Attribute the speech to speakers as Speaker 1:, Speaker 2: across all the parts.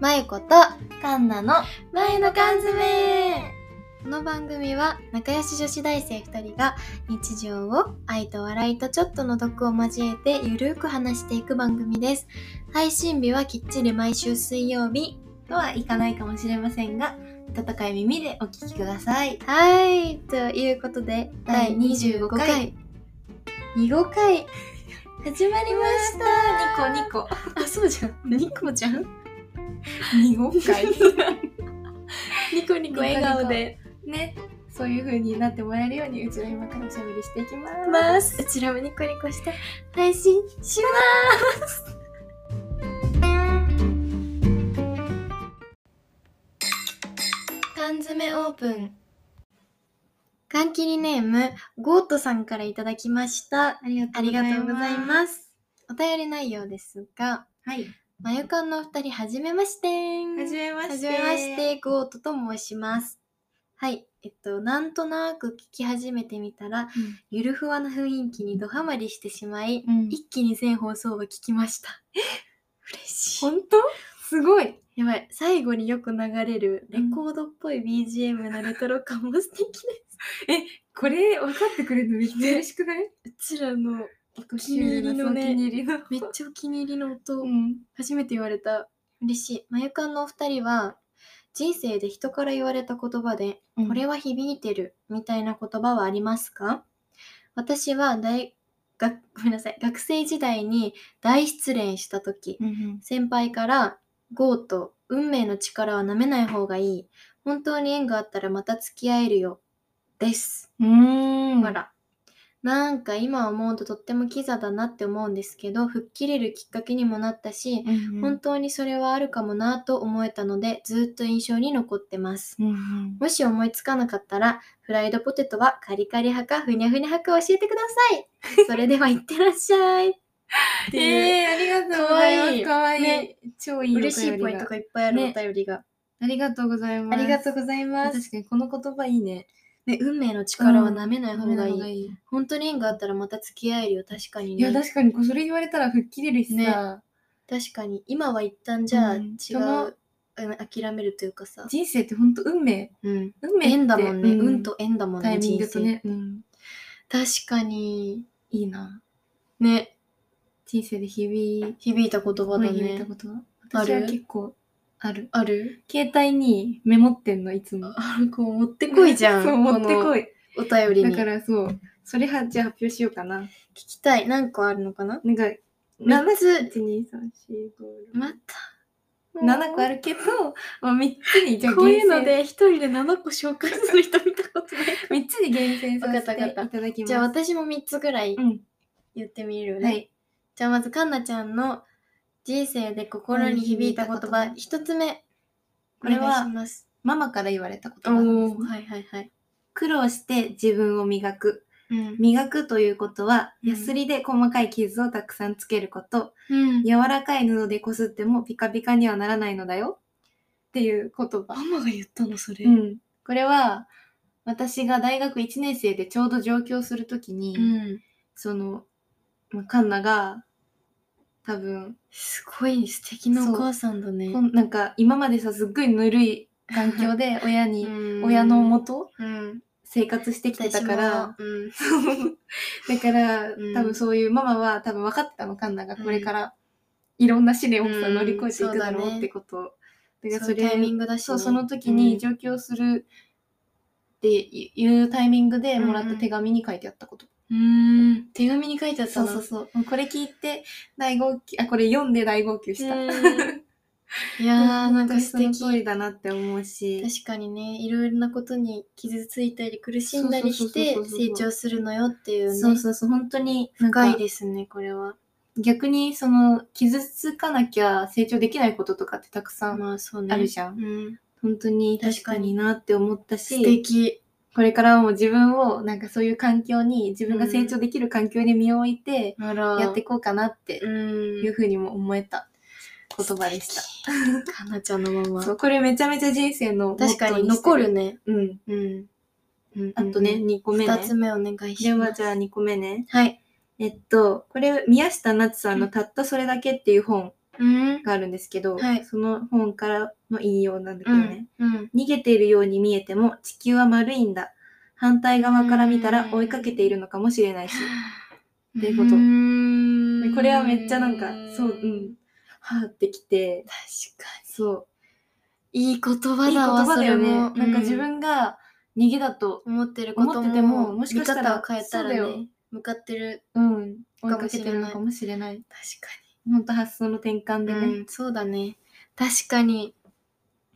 Speaker 1: まゆこと
Speaker 2: カンナの
Speaker 1: 前の缶詰この番組は仲良し女子大生2人が日常を愛と笑いとちょっとの毒を交えてゆるく話していく番組です配信日はきっちり毎週水曜日
Speaker 2: とはいかないかもしれませんが温かい耳でお聞きください
Speaker 1: はいということで第25回25回始まりました
Speaker 2: ニコニコ
Speaker 1: あそうじゃんニコちゃん
Speaker 2: ニコ回
Speaker 1: ニコニ
Speaker 2: ニ
Speaker 1: コ
Speaker 2: コ
Speaker 1: 笑
Speaker 2: 笑
Speaker 1: 顔
Speaker 2: 顔
Speaker 1: で
Speaker 2: で ねそういう風になってもらえるようにうちは今からおしゃべりしていきます
Speaker 1: ます。うちらもニコニコして配信します。缶詰オープン。缶切りネーム、ゴートさんからいただきました。
Speaker 2: ありが
Speaker 1: ありがとうござい
Speaker 2: す
Speaker 1: ます。お便り内容ですが、
Speaker 2: はい
Speaker 1: まゆかんのお二人、はじめまして。
Speaker 2: はじめまして
Speaker 1: はじめまして、ゴートと申します。はい、えっと、なんとなく聞き始めてみたら、ゆるふわな雰囲気にドハマりしてしまい、
Speaker 2: うん
Speaker 1: 一気に全放送を聞きました。 嬉しい。
Speaker 2: 本当すごい
Speaker 1: やばい、最後によく流れるレコードっぽい BGM のレトロ感も素敵です。
Speaker 2: これ分かってくれるのめっちゃ嬉しくない
Speaker 1: うちらの
Speaker 2: お
Speaker 1: 気に入りのね
Speaker 2: お気に入りの
Speaker 1: めっちゃお気に入りの音、
Speaker 2: うん
Speaker 1: 初めて言われた。嬉しい。まゆかんのお二人は、人生で人から言われた言葉で、これは響いてるみたいな言葉はありますか私は大学ごめんなさい学生時代に大失恋した時
Speaker 2: うん
Speaker 1: 先輩から「ゴーと運命の力は舐めない方がいい本当に縁があったらまた付き合えるよ」です。
Speaker 2: うん
Speaker 1: ほらなんか今思うととってもキザだなって思うんですけど吹っ切れるきっかけにもなったし本当にそれはあるかもなと思えたのでずっと印象に残ってます。
Speaker 2: うん
Speaker 1: もし思いつかなかったら、フライドポテトはカリカリ派かふにゃふにゃ派か教えてくださ い。それでは、いってらっしゃい。っていう、
Speaker 2: えー、ありがとうご
Speaker 1: 可
Speaker 2: ざい
Speaker 1: 愛
Speaker 2: ます。
Speaker 1: い
Speaker 2: かわいい。
Speaker 1: ね
Speaker 2: 超いいお便りが
Speaker 1: 嬉しいポイントがいっぱいあるお便りが。
Speaker 2: ありがとうございま
Speaker 1: あ
Speaker 2: す。
Speaker 1: りがとうございます。
Speaker 2: 確かにこの言葉いいね。
Speaker 1: ね、運命の力は舐めない方
Speaker 2: 舐め
Speaker 1: が
Speaker 2: ない
Speaker 1: い
Speaker 2: 方
Speaker 1: い。
Speaker 2: がいい。
Speaker 1: 本当に縁があったらまた付き合えるよ。確かに
Speaker 2: いや、
Speaker 1: ね。
Speaker 2: 確かにこうそれ言われたら吹っ切れるしさ、
Speaker 1: 確かに。今は一旦じゃあ
Speaker 2: う
Speaker 1: 違
Speaker 2: んそうの、
Speaker 1: うん諦めるというかさ。
Speaker 2: 人生って本当運命。
Speaker 1: うん。
Speaker 2: 運命って
Speaker 1: 縁だもんね。
Speaker 2: う
Speaker 1: 運と縁だもん
Speaker 2: タ
Speaker 1: ね。
Speaker 2: イミン
Speaker 1: 人
Speaker 2: グと
Speaker 1: 生。
Speaker 2: ね。うん、
Speaker 1: 確かに。
Speaker 2: いいな。
Speaker 1: ね。
Speaker 2: 人生で響い
Speaker 1: 響いた言葉だ
Speaker 2: 響い
Speaker 1: ね。
Speaker 2: たこと
Speaker 1: ある
Speaker 2: 私は結構ある。
Speaker 1: ある
Speaker 2: 携帯にメモってんの、いつも。
Speaker 1: ある、こう持ってこいじ ゃん。
Speaker 2: そう、持ってこい。
Speaker 1: お便り
Speaker 2: だ
Speaker 1: に。
Speaker 2: からそう。それは、じゃあ発表しようかな。
Speaker 1: 聞きたい。何個あるのかな
Speaker 2: なんか、
Speaker 1: 三つ。
Speaker 2: 1、2、3、4、5、6、
Speaker 1: また。
Speaker 2: 7個あるけど、まあ、3つにじゃあ
Speaker 1: こういう
Speaker 2: 厳
Speaker 1: の
Speaker 2: 選
Speaker 1: で一人で7個紹介する人見たことない。
Speaker 2: 3つに厳選させて
Speaker 1: わかったわかった
Speaker 2: いただきます
Speaker 1: じゃあ私も3つぐらい
Speaker 2: うん
Speaker 1: 言ってみるよね。
Speaker 2: はい
Speaker 1: じゃあまず、かんなちゃんの人生で心に響いた言葉、一つ目。
Speaker 2: これ
Speaker 1: お
Speaker 2: は
Speaker 1: 願いします。
Speaker 2: ママから言われた言葉なんです
Speaker 1: お
Speaker 2: ね
Speaker 1: はいはいはい。
Speaker 2: 苦労して自分を磨く
Speaker 1: うん。
Speaker 2: 磨くということは、
Speaker 1: うん
Speaker 2: ヤスリで細かい傷をたくさんつけること
Speaker 1: うん、
Speaker 2: 柔らかい布でこすってもピカピカにはならないのだよっていう言葉、
Speaker 1: マが言ったの、それ
Speaker 2: う
Speaker 1: うん。
Speaker 2: ん、これは私が大学1年生でちょうど上京するときに、そのまあカンナが多分
Speaker 1: すごい素敵なお母さんだね。
Speaker 2: こんなんか今までさすっごいぬるい環 境で親に、
Speaker 1: うん
Speaker 2: 親のも、と
Speaker 1: うん、
Speaker 2: 生活してきてたから
Speaker 1: 私もうん、
Speaker 2: だから、
Speaker 1: うん
Speaker 2: 多分そういうママは多分分かってたのカンナが
Speaker 1: うん
Speaker 2: これからいろんな試練をさ、
Speaker 1: うん
Speaker 2: 乗り越えていく
Speaker 1: そ
Speaker 2: だ
Speaker 1: う
Speaker 2: ろ
Speaker 1: だ
Speaker 2: う
Speaker 1: ね
Speaker 2: ってことをだから
Speaker 1: そう
Speaker 2: そ
Speaker 1: いうタイミ
Speaker 2: れ
Speaker 1: ングだしね、
Speaker 2: そうその時
Speaker 1: う
Speaker 2: に
Speaker 1: ん
Speaker 2: 上京するっていうタイミングでもらっ
Speaker 1: うん
Speaker 2: た
Speaker 1: うん
Speaker 2: 手紙に書いてあったこと、
Speaker 1: うーん手紙に書いてあった
Speaker 2: そう
Speaker 1: の
Speaker 2: そうそうもうこれ聞いて大号泣あこれ読んで大号泣した、
Speaker 1: うーんいやー なんか素
Speaker 2: 本当にその通
Speaker 1: 敵
Speaker 2: りだなって思うし
Speaker 1: 確かにねいろいろなことに傷ついたり苦しんだりして
Speaker 2: そうそうそうそう
Speaker 1: 成長するのよっていうね
Speaker 2: そうそうそう本当になんか
Speaker 1: 深いですねこれは
Speaker 2: 逆にその傷つかなきゃ成長できないこととかってたくさん
Speaker 1: まあそうね
Speaker 2: あるじゃん、
Speaker 1: うん
Speaker 2: 本当に確かになって思った
Speaker 1: 素
Speaker 2: し
Speaker 1: 敵
Speaker 2: これからも自分をなんかそういう環境に自分が成長できる環境に身を置いて
Speaker 1: あら
Speaker 2: やっていこうかなって
Speaker 1: うん
Speaker 2: いうふうにも思えた言葉でした、
Speaker 1: た かなちゃんのまま
Speaker 2: そうこれめちゃめちゃ人生のモットー
Speaker 1: 確
Speaker 2: して
Speaker 1: かに残るね
Speaker 2: うん
Speaker 1: うんうん
Speaker 2: あとね、2個目
Speaker 1: 2
Speaker 2: ね
Speaker 1: つ目お願いし
Speaker 2: で
Speaker 1: ま
Speaker 2: は
Speaker 1: す
Speaker 2: じゃあ2個目ね
Speaker 1: はい
Speaker 2: えっとこれ宮下夏さんの「たったそれだけ」っていう本
Speaker 1: うん。
Speaker 2: があるんですけど、
Speaker 1: はい
Speaker 2: その本からの引用なんだけどね、
Speaker 1: うん。
Speaker 2: 逃げているように見えても地球は丸いんだ反対側から見たら
Speaker 1: うん
Speaker 2: 追いかけているのかもしれないし、
Speaker 1: って
Speaker 2: いうこと
Speaker 1: と
Speaker 2: これはめっちゃなんかそううんはーってきて
Speaker 1: 確か
Speaker 2: そ
Speaker 1: に。いい言
Speaker 2: う
Speaker 1: 葉
Speaker 2: いい言
Speaker 1: だわ、
Speaker 2: 葉だよね
Speaker 1: それ
Speaker 2: な
Speaker 1: も
Speaker 2: んか自、
Speaker 1: う
Speaker 2: 分が逃げだと
Speaker 1: 思ってるこ
Speaker 2: 思
Speaker 1: と
Speaker 2: っ
Speaker 1: も
Speaker 2: ててももしかした
Speaker 1: 見
Speaker 2: ら
Speaker 1: 方を変えたら
Speaker 2: そうだよ
Speaker 1: ね、向かってる。
Speaker 2: うん追い
Speaker 1: か
Speaker 2: か
Speaker 1: もしれ
Speaker 2: け
Speaker 1: ない
Speaker 2: てるのかもしれない
Speaker 1: 確
Speaker 2: ほんと発想の転換で
Speaker 1: か
Speaker 2: ね、
Speaker 1: に。うん、そうだね。確かに。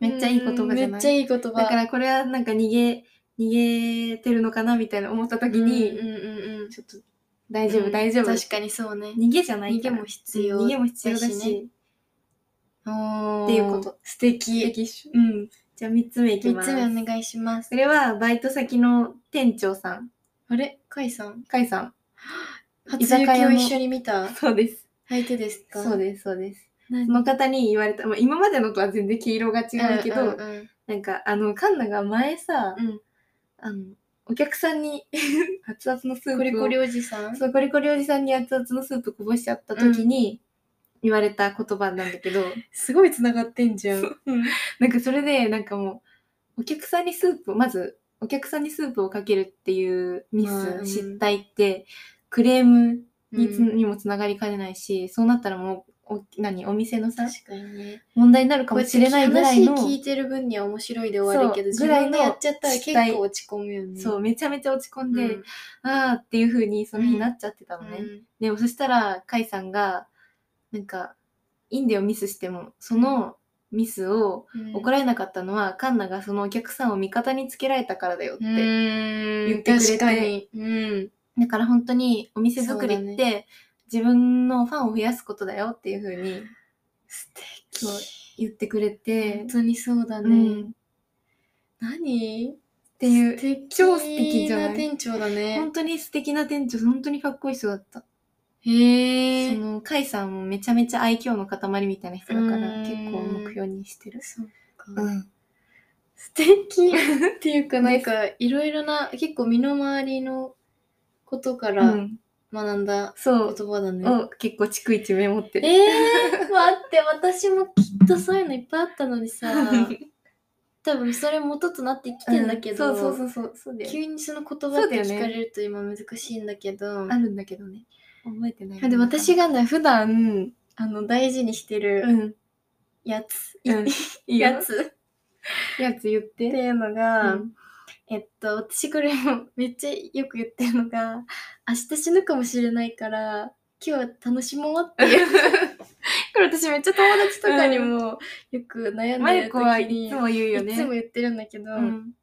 Speaker 2: めっちゃいい言葉じゃない
Speaker 1: うんめっちゃいい言葉。
Speaker 2: だからこれはなんか逃げ逃げてるのかなみたいな思った時に、
Speaker 1: うんうんうんうん。
Speaker 2: ちょっと大丈夫、
Speaker 1: うん
Speaker 2: 大丈夫
Speaker 1: 確かにそうね。
Speaker 2: 逃げじゃない
Speaker 1: 逃
Speaker 2: か
Speaker 1: げ
Speaker 2: ら
Speaker 1: も必要。
Speaker 2: 逃げも必要だし
Speaker 1: だしねっ
Speaker 2: っていうこと。
Speaker 1: 素敵。
Speaker 2: うんじゃあ3つ目いき
Speaker 1: 3
Speaker 2: ます
Speaker 1: つ目お願いします
Speaker 2: こ。れはバイト先の店長さん
Speaker 1: あれ甲斐さん
Speaker 2: 甲斐さん居
Speaker 1: 初
Speaker 2: 酒屋
Speaker 1: 雪を
Speaker 2: の
Speaker 1: 一緒に見た
Speaker 2: そうです
Speaker 1: 相手ですか
Speaker 2: そう
Speaker 1: で
Speaker 2: ですそうです
Speaker 1: す
Speaker 2: その方に言われた、まあ、今までのとは全然毛色が違うけど、
Speaker 1: うんうん
Speaker 2: なんかあのカンナが前さ、
Speaker 1: うん
Speaker 2: あのお客さんに 熱々のス
Speaker 1: う
Speaker 2: ープを
Speaker 1: ん、コリコリおじさん
Speaker 2: そうコリコリおじさんに熱々のスープこぼしちゃった時に言われた言葉なんだ けど、
Speaker 1: すごいつながってんじゃん。うん
Speaker 2: なんかそれでなんかもうお客さんにスープをまずお客さんにスープをかけるっていうミス、
Speaker 1: まあうん
Speaker 2: 失態ってクレームにつ、
Speaker 1: うん
Speaker 2: にもつながりかねないしそうなったらもうお何お店のさ
Speaker 1: 確かにね。
Speaker 2: 問題になるかもしれないぐらいの
Speaker 1: 話聞いてる分には面白いで終わるけど、
Speaker 2: そ
Speaker 1: 自
Speaker 2: うぐらいの
Speaker 1: 分がやっちゃったら結構落ち込むよね。
Speaker 2: そううめちゃめちゃ落ち込ん
Speaker 1: ん。
Speaker 2: で、
Speaker 1: うん
Speaker 2: ああっていう風にその日になっちゃってたのね、でもそしたら甲斐さんがなんかいいんだよミスしてもそのミスを
Speaker 1: うん
Speaker 2: 怒られなかったのは、カンナがそのお客さんを味方につけられたからだよって、
Speaker 1: 言
Speaker 2: 言ってく
Speaker 1: 確
Speaker 2: れて
Speaker 1: かに。うん。
Speaker 2: だから本当にお店作りって、
Speaker 1: そう
Speaker 2: 自分のファンを増やすことだよっていう風に
Speaker 1: 素
Speaker 2: そう
Speaker 1: 敵。
Speaker 2: 言ってくれて
Speaker 1: 本、当にそうだ
Speaker 2: うん
Speaker 1: ね。
Speaker 2: っ
Speaker 1: 何って
Speaker 2: いう
Speaker 1: う
Speaker 2: 超素敵じゃない
Speaker 1: 店長だね
Speaker 2: 本。当に素敵な店長本当にかっこいい人だった、
Speaker 1: へ
Speaker 2: そ
Speaker 1: え。
Speaker 2: の甲斐さんもめちゃめちゃ愛嬌の塊みたいな人だから
Speaker 1: うん
Speaker 2: 結構目標にしてる、
Speaker 1: そっか
Speaker 2: ん、
Speaker 1: 素 敵っていうかなんかいろいろな結構身の回りのことから学んだ
Speaker 2: そう
Speaker 1: 言葉だね。
Speaker 2: を結構逐一メモってる。
Speaker 1: えー、待って私もきっとそういうのいっぱいあったのに さ多分それ元となってきてんだけど、
Speaker 2: そうそうそうそうそうだよね
Speaker 1: 急にその言葉
Speaker 2: そ
Speaker 1: っ
Speaker 2: うだ
Speaker 1: て
Speaker 2: よね
Speaker 1: 聞かれると今難しいんだけど
Speaker 2: あるんだけどね覚えてない
Speaker 1: で私
Speaker 2: が
Speaker 1: がね普段あの大事にして
Speaker 2: う
Speaker 1: る
Speaker 2: ん、
Speaker 1: やつ、
Speaker 2: うん、いいよ
Speaker 1: やつっ
Speaker 2: やつ言ってて
Speaker 1: いうのが、
Speaker 2: うん
Speaker 1: えっと私これもめっちゃよく言ってるのが明日死ぬかもしれないから今日は楽しもうっていう これ私めっちゃ友達とかにもよく悩ん
Speaker 2: マ
Speaker 1: で
Speaker 2: ユ
Speaker 1: る
Speaker 2: コは
Speaker 1: 時に、
Speaker 2: いつも言うよね
Speaker 1: いつも言ってるんだけど、
Speaker 2: うん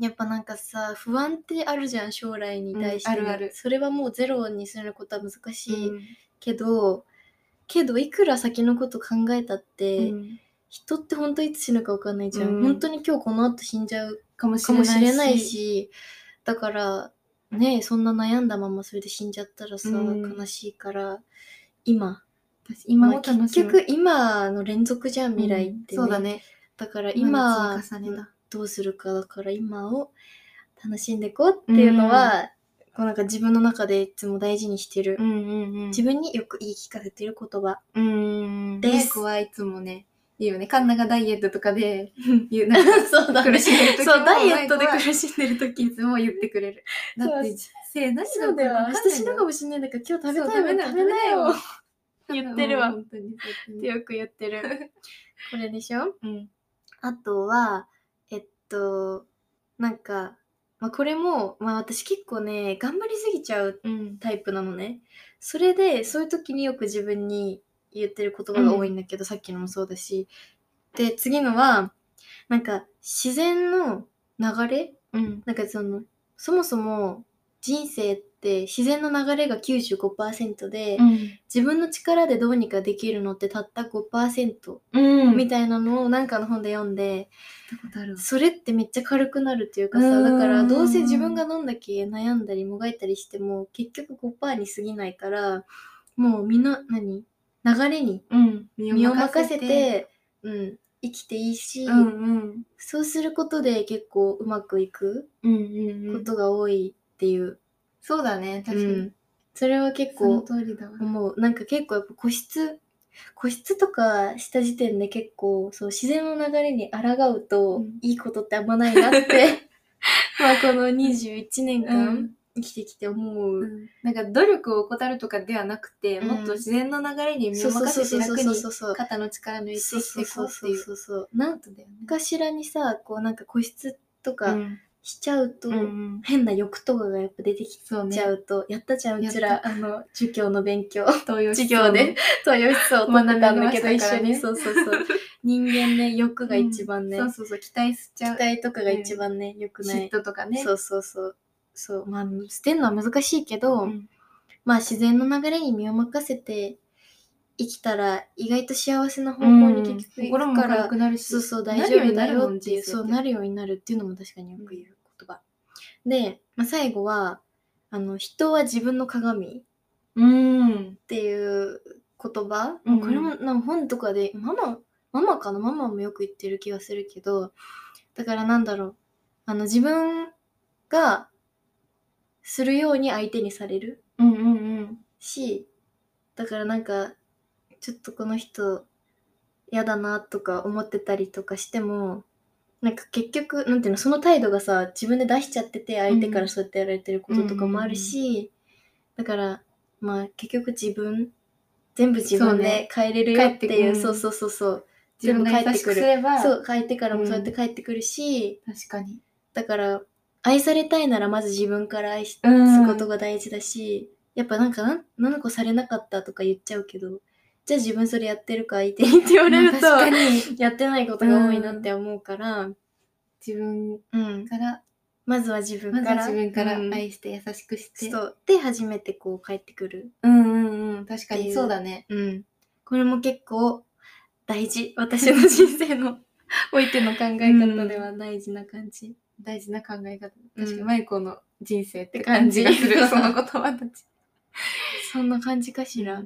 Speaker 1: やっぱなんかさ不安ってあるじゃん将来に対して、
Speaker 2: うんあるある
Speaker 1: それはもうゼロにすることは難しいけど、けどいくら先のこと考えたって、
Speaker 2: うん
Speaker 1: 人って本当いつ死ぬか分かんないじゃん、
Speaker 2: うん
Speaker 1: 本当に今日この後死んじゃう
Speaker 2: かもし
Speaker 1: か
Speaker 2: れ
Speaker 1: も
Speaker 2: ない
Speaker 1: しれないしだからねそんな悩んだままそれで死んじゃったらさ、
Speaker 2: うん
Speaker 1: 悲しいから今
Speaker 2: 私今も
Speaker 1: まあ
Speaker 2: 楽しむ、
Speaker 1: 結局今の連続じゃん未来って、
Speaker 2: うんそうだね
Speaker 1: だから
Speaker 2: 今
Speaker 1: 今
Speaker 2: の積み重ねだ
Speaker 1: どうするかだから今を楽しんでいこうっていうのは、こうなんか自分の中でいつも大事にしてる、
Speaker 2: んうんうん
Speaker 1: 自分によく言い聞かせてる言葉
Speaker 2: うん
Speaker 1: です
Speaker 2: マユコはいつもね言うよねカンナがダイエットとか で言うなん か
Speaker 1: そうだね
Speaker 2: 苦しんでる時も
Speaker 1: そうダイエットで
Speaker 2: マユコは
Speaker 1: 苦しんでる時
Speaker 2: いつも言ってくれるだって
Speaker 1: そ
Speaker 2: せい何
Speaker 1: そうだよ明日死ぬかもしれないんだから今日食べたいもん
Speaker 2: そう
Speaker 1: 食
Speaker 2: 食
Speaker 1: べ
Speaker 2: べ
Speaker 1: な
Speaker 2: な
Speaker 1: よ
Speaker 2: よ
Speaker 1: 言ってるわ
Speaker 2: 本当に
Speaker 1: ってよく言って るこれでしょ
Speaker 2: うん
Speaker 1: あとはえっとなんか、まあ、これも、まあ、私結構ね頑張りすぎちゃう
Speaker 2: うん
Speaker 1: タイプなのねそれでそういう時によく自分に言ってる言葉が多いんだけど、さっきのもそうだしで次のはなんか自然の流れ
Speaker 2: うん
Speaker 1: なんかそのそもそも人生って自然の流れが95%で、
Speaker 2: うん
Speaker 1: 自分の力でどうにかできるのってたった5%
Speaker 2: うん
Speaker 1: みたいなのをなんかの本で読んで、
Speaker 2: ことあるわ
Speaker 1: それってめっちゃ軽くなるっていうかさ、
Speaker 2: う
Speaker 1: だ
Speaker 2: ん
Speaker 1: からどうせ自分がどんだけ悩んだりもがいたりしても結局5%に過ぎないからもうみんな何流れに
Speaker 2: うん、
Speaker 1: 身を任せて、うん、生きていいし、
Speaker 2: うんうん
Speaker 1: そうすることで結構うまくいく
Speaker 2: うんうんう
Speaker 1: こ
Speaker 2: ん
Speaker 1: とが多いっていう
Speaker 2: そうだね確かに、
Speaker 1: うんそれは結
Speaker 2: その
Speaker 1: 構
Speaker 2: 通りだわ
Speaker 1: 思うなんか結構やっぱ個室固執とかした時点で結構そう自然の流れに抗うと、
Speaker 2: うん
Speaker 1: いいことってあんまないなってまあこの21年間生きてきて思う、
Speaker 2: なんか努力を怠るとかではなくて、
Speaker 1: うん
Speaker 2: もっと自然の流れに身
Speaker 1: そ
Speaker 2: を
Speaker 1: うそうそ
Speaker 2: 任
Speaker 1: う
Speaker 2: せて
Speaker 1: そう
Speaker 2: 楽
Speaker 1: そう
Speaker 2: に
Speaker 1: そうそう
Speaker 2: 肩の力抜いて
Speaker 1: そう
Speaker 2: 生
Speaker 1: そう
Speaker 2: き
Speaker 1: そううそう
Speaker 2: ていこっていう
Speaker 1: そうそうなん
Speaker 2: ことだよね。
Speaker 1: かしらにさこうなんか固執と
Speaker 2: う
Speaker 1: か
Speaker 2: ん
Speaker 1: しちゃうと、
Speaker 2: うん
Speaker 1: 変な欲とかがやっぱ出てき
Speaker 2: そうね
Speaker 1: ちゃうと、やったじゃんう
Speaker 2: やった
Speaker 1: ちらあの授業の勉強
Speaker 2: 東洋
Speaker 1: 授業で東洋思想を取ってたんだけど
Speaker 2: 学びま
Speaker 1: 一
Speaker 2: したから
Speaker 1: 緒
Speaker 2: ね
Speaker 1: にそうそうそう人間ね欲が一番ね、
Speaker 2: そうそうそう期待しちゃ
Speaker 1: 期
Speaker 2: う
Speaker 1: 待とかが一番ね良くない
Speaker 2: 嫉、妬とかね
Speaker 1: そううそうそうそうまあ捨てるのは難しいけど、
Speaker 2: ん
Speaker 1: まあ自然の流れに身を任せて生きたら意外と幸せな方向に結局行く
Speaker 2: 心も
Speaker 1: か
Speaker 2: 軽
Speaker 1: ら、
Speaker 2: くなるし
Speaker 1: そうそう大丈夫だよっていうそうな
Speaker 2: る
Speaker 1: るようになるっていうのも確かによく言う言葉、で、まあ、最後はあの人は自分の鏡
Speaker 2: ようん
Speaker 1: っていう言葉、
Speaker 2: うん
Speaker 1: これもなんか本とかでママママかなママもよく言ってる気がするけどだからなんだろうあの自分がするように相手にされる
Speaker 2: うんうん
Speaker 1: しだからなんかちょっとこの人嫌だなとか思ってたりとかしてもなんか結局なんていうのその態度がさ自分で出しちゃってて相手からそうやってやられてることとかもあるし、だからまあ結局自分全部自分
Speaker 2: そう
Speaker 1: で
Speaker 2: ね
Speaker 1: 変えれるよっていう
Speaker 2: 帰って
Speaker 1: そ
Speaker 2: く
Speaker 1: う,、
Speaker 2: る
Speaker 1: そうそうそう
Speaker 2: 自分が優しくすれば
Speaker 1: そう帰ってからもそうやって帰ってくるし、
Speaker 2: 確かに
Speaker 1: だから愛されたいならまず自分から愛し
Speaker 2: う
Speaker 1: す
Speaker 2: ん
Speaker 1: ことが大事だし、やっぱなんかな「なの子されなかった」とか言っちゃうけどじゃあ自分それやってるか相手にって言われると
Speaker 2: 確かに
Speaker 1: やってないことが多いなって思うから、
Speaker 2: 自分
Speaker 1: うん
Speaker 2: から
Speaker 1: まずは自分
Speaker 2: まず
Speaker 1: か
Speaker 2: は
Speaker 1: ら
Speaker 2: 自分から
Speaker 1: うん
Speaker 2: 愛して優しくして
Speaker 1: そうで初めてこう帰ってくる、
Speaker 2: うんうんうん確か
Speaker 1: ってい
Speaker 2: に
Speaker 1: う
Speaker 2: そうだね
Speaker 1: うん、これも結構大事私の人生 のおいての考え方では大事な感じ、
Speaker 2: 大事な考え方
Speaker 1: うん
Speaker 2: 確かにマイコの人生っ
Speaker 1: っ
Speaker 2: て
Speaker 1: て
Speaker 2: 感
Speaker 1: 感
Speaker 2: じ
Speaker 1: じ
Speaker 2: がする そ
Speaker 1: そう
Speaker 2: の言葉たち
Speaker 1: そんな感じかしら、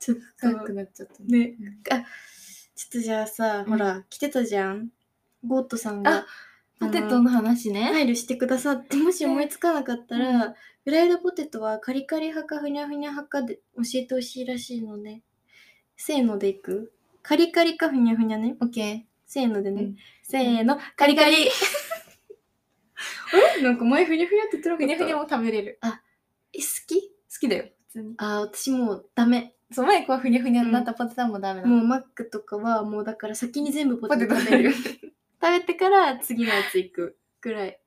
Speaker 1: ちょっ
Speaker 2: 深くなっちゃったね
Speaker 1: ね
Speaker 2: うん
Speaker 1: ちょっとじゃあさ、
Speaker 2: うん
Speaker 1: ほら来てたじゃんゴッドさんが
Speaker 2: あポテトの話ね
Speaker 1: 配慮してくださってもし思いつかなかったら、フライドポテトはカリカリ派かふにゃふにゃ派かで教えてほしいらしいのでせーのでいくカリカリかふにゃふにゃね
Speaker 2: オッケー
Speaker 1: せーのでね、
Speaker 2: うん
Speaker 1: せーのカリカリ あれなんか前ふにゃふにゃって言ってな
Speaker 2: ふにゃふに
Speaker 1: え
Speaker 2: ゃ
Speaker 1: 好
Speaker 2: も食べれる
Speaker 1: き
Speaker 2: 好きだよ普通に
Speaker 1: あー私もうダメ
Speaker 2: そうマイコはふにゃふにゃになったポテトもダメなの
Speaker 1: もうマックとかはもうだから先に全部ポ
Speaker 2: ポ
Speaker 1: テ
Speaker 2: テ
Speaker 1: ト
Speaker 2: ト
Speaker 1: 食べ
Speaker 2: 食べ
Speaker 1: る
Speaker 2: る
Speaker 1: 食べてから次のやつ行くぐらい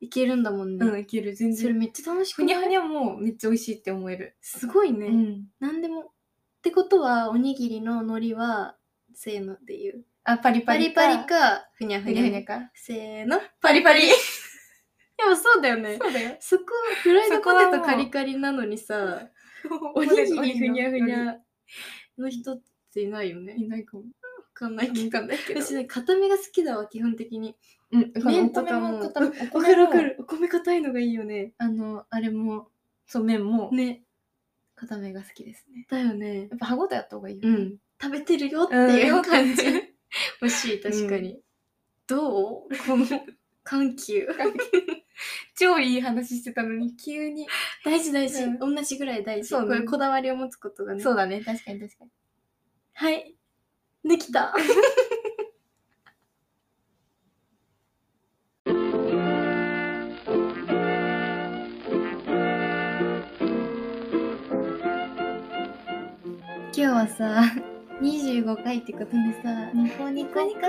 Speaker 1: いけるんだもんね、
Speaker 2: うんいける全
Speaker 1: それ
Speaker 2: 然
Speaker 1: めっちゃ楽し
Speaker 2: ふ
Speaker 1: くな
Speaker 2: に
Speaker 1: い
Speaker 2: ゃふにゃもめっちゃ美味しいって思える
Speaker 1: すごいね、
Speaker 2: うん
Speaker 1: なんでも。ってことは、おにぎりの海苔は、せーので言う。
Speaker 2: あパリ
Speaker 1: パ
Speaker 2: パ
Speaker 1: リ
Speaker 2: リ
Speaker 1: パリか、ふにゃふ
Speaker 2: ふ
Speaker 1: に
Speaker 2: に
Speaker 1: ゃ
Speaker 2: ゃふにゃか
Speaker 1: せーの。
Speaker 2: パリパリ
Speaker 1: でもそうだよね。
Speaker 2: そうだよ
Speaker 1: そこ、フライドポ
Speaker 2: そこ
Speaker 1: テ
Speaker 2: は
Speaker 1: ト
Speaker 2: もう
Speaker 1: カリカリなのにさ、おにぎりふにゃふにゃの人っていないよね。
Speaker 2: いないかも
Speaker 1: わかんないけ
Speaker 2: わ
Speaker 1: ど
Speaker 2: か。んないけど
Speaker 1: 私ね、固めが好きだわ、基本的に。
Speaker 2: うん
Speaker 1: 麺
Speaker 2: 麺
Speaker 1: と
Speaker 2: と
Speaker 1: か
Speaker 2: か
Speaker 1: も
Speaker 2: も
Speaker 1: わ
Speaker 2: わ
Speaker 1: か
Speaker 2: か
Speaker 1: る
Speaker 2: る
Speaker 1: わかるわ
Speaker 2: わ
Speaker 1: か
Speaker 2: か
Speaker 1: る
Speaker 2: る。
Speaker 1: お米硬いのがいいよね。
Speaker 2: あのあれもそう麺も
Speaker 1: ね。
Speaker 2: 固めが好きですね
Speaker 1: だよね。
Speaker 2: やっぱ歯ごたえあった方がいいよ
Speaker 1: う
Speaker 2: ね
Speaker 1: ん。食べてるよって
Speaker 2: うん
Speaker 1: いう感 じ。
Speaker 2: うん
Speaker 1: 欲しい、確かに。どうこ の、緩急。
Speaker 2: 超いい話してたのに急に
Speaker 1: 大事大事、
Speaker 2: うん
Speaker 1: 同じぐらい大事、
Speaker 2: そうね
Speaker 1: こういうこだわりを持つことがね
Speaker 2: そうだね確かに確かに
Speaker 1: はいできた今日はさ25回ってことでさ「ニコニコニコでいきま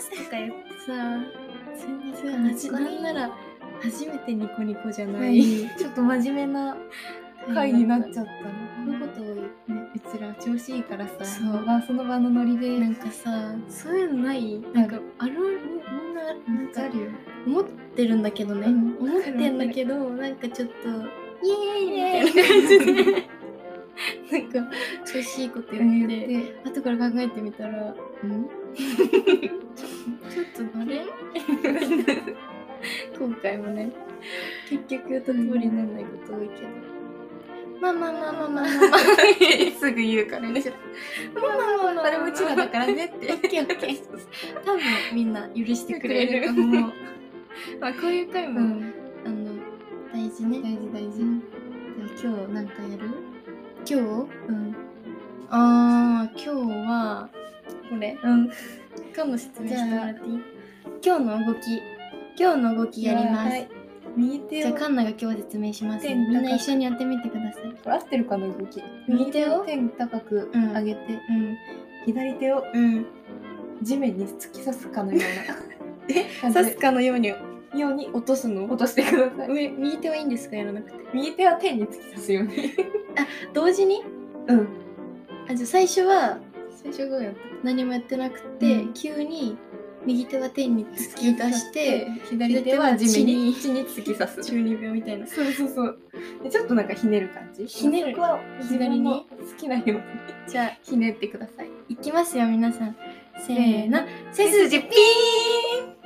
Speaker 1: す」とか言ってさ全然なじなんなら初めてニコニコじゃない
Speaker 2: ちょっと真面目な回になっちゃったの
Speaker 1: こういうことを
Speaker 2: ね、うちら調子いいから
Speaker 1: そ
Speaker 2: さ
Speaker 1: う
Speaker 2: その場その場のノリで
Speaker 1: なんかさそういうのないなんかあるみんななんか
Speaker 2: るよ
Speaker 1: 思ってるんだけどね、
Speaker 2: うん
Speaker 1: 思ってんだけどなんかちょっとイエーイみ
Speaker 2: イエーイ
Speaker 1: たいな感じでなんか調子いいこと言
Speaker 2: 言
Speaker 1: っ
Speaker 2: ってて
Speaker 1: 後から考えてみたらんちょっとあれ今回もね結局言った通りにならないこと多いけど、まあまあまあまあまあまあまあ
Speaker 2: すぐ言うからね
Speaker 1: まあまあまあまあまあ
Speaker 2: あれもうちらだからねって
Speaker 1: オッケーオッケー多分みんな許してくれると思うまあこういう回
Speaker 2: う
Speaker 1: も、
Speaker 2: ん
Speaker 1: あの大事ね
Speaker 2: 大事大事
Speaker 1: うん
Speaker 2: じゃあ今日なんかやる
Speaker 1: 今日
Speaker 2: うん
Speaker 1: あー、今日は、
Speaker 2: これ
Speaker 1: うん、
Speaker 2: かも説明
Speaker 1: じ
Speaker 2: し
Speaker 1: ゃ
Speaker 2: て
Speaker 1: あ
Speaker 2: もらっていい
Speaker 1: 今日の動き、今日の動きやります。
Speaker 2: はい右手
Speaker 1: じゃあ、
Speaker 2: を
Speaker 1: カンナが今日説明します。み
Speaker 2: 手に
Speaker 1: んな
Speaker 2: 高く
Speaker 1: 一緒にやってみてください。
Speaker 2: これ合ってるかな動き
Speaker 1: 右手を
Speaker 2: 手に高く
Speaker 1: うん
Speaker 2: 上げて、
Speaker 1: うん、
Speaker 2: 左手を
Speaker 1: うん。
Speaker 2: 地面に突き刺すかのような え
Speaker 1: 刺すかのように、よ
Speaker 2: ように
Speaker 1: に落とすの
Speaker 2: 落としてください
Speaker 1: 上、右手はいいんですかやらなくて。
Speaker 2: 右手は天に突き刺すように
Speaker 1: 同時に
Speaker 2: うん
Speaker 1: あ、じゃあ最初は
Speaker 2: 最初どうやって
Speaker 1: 何もやってなくて、
Speaker 2: うん
Speaker 1: 急に右手は天に突き出して、
Speaker 2: 左手は地面に
Speaker 1: 地に
Speaker 2: 突き刺す
Speaker 1: 12秒みたいな。
Speaker 2: そうそうそうでちょっとなんかひねる感じ
Speaker 1: ひねる
Speaker 2: そこは自分の好
Speaker 1: 左
Speaker 2: きなように
Speaker 1: じゃあ、
Speaker 2: ひねってください
Speaker 1: いきますよ、皆さん。せ
Speaker 2: せー
Speaker 1: ーの
Speaker 2: の。
Speaker 1: 背筋ピーン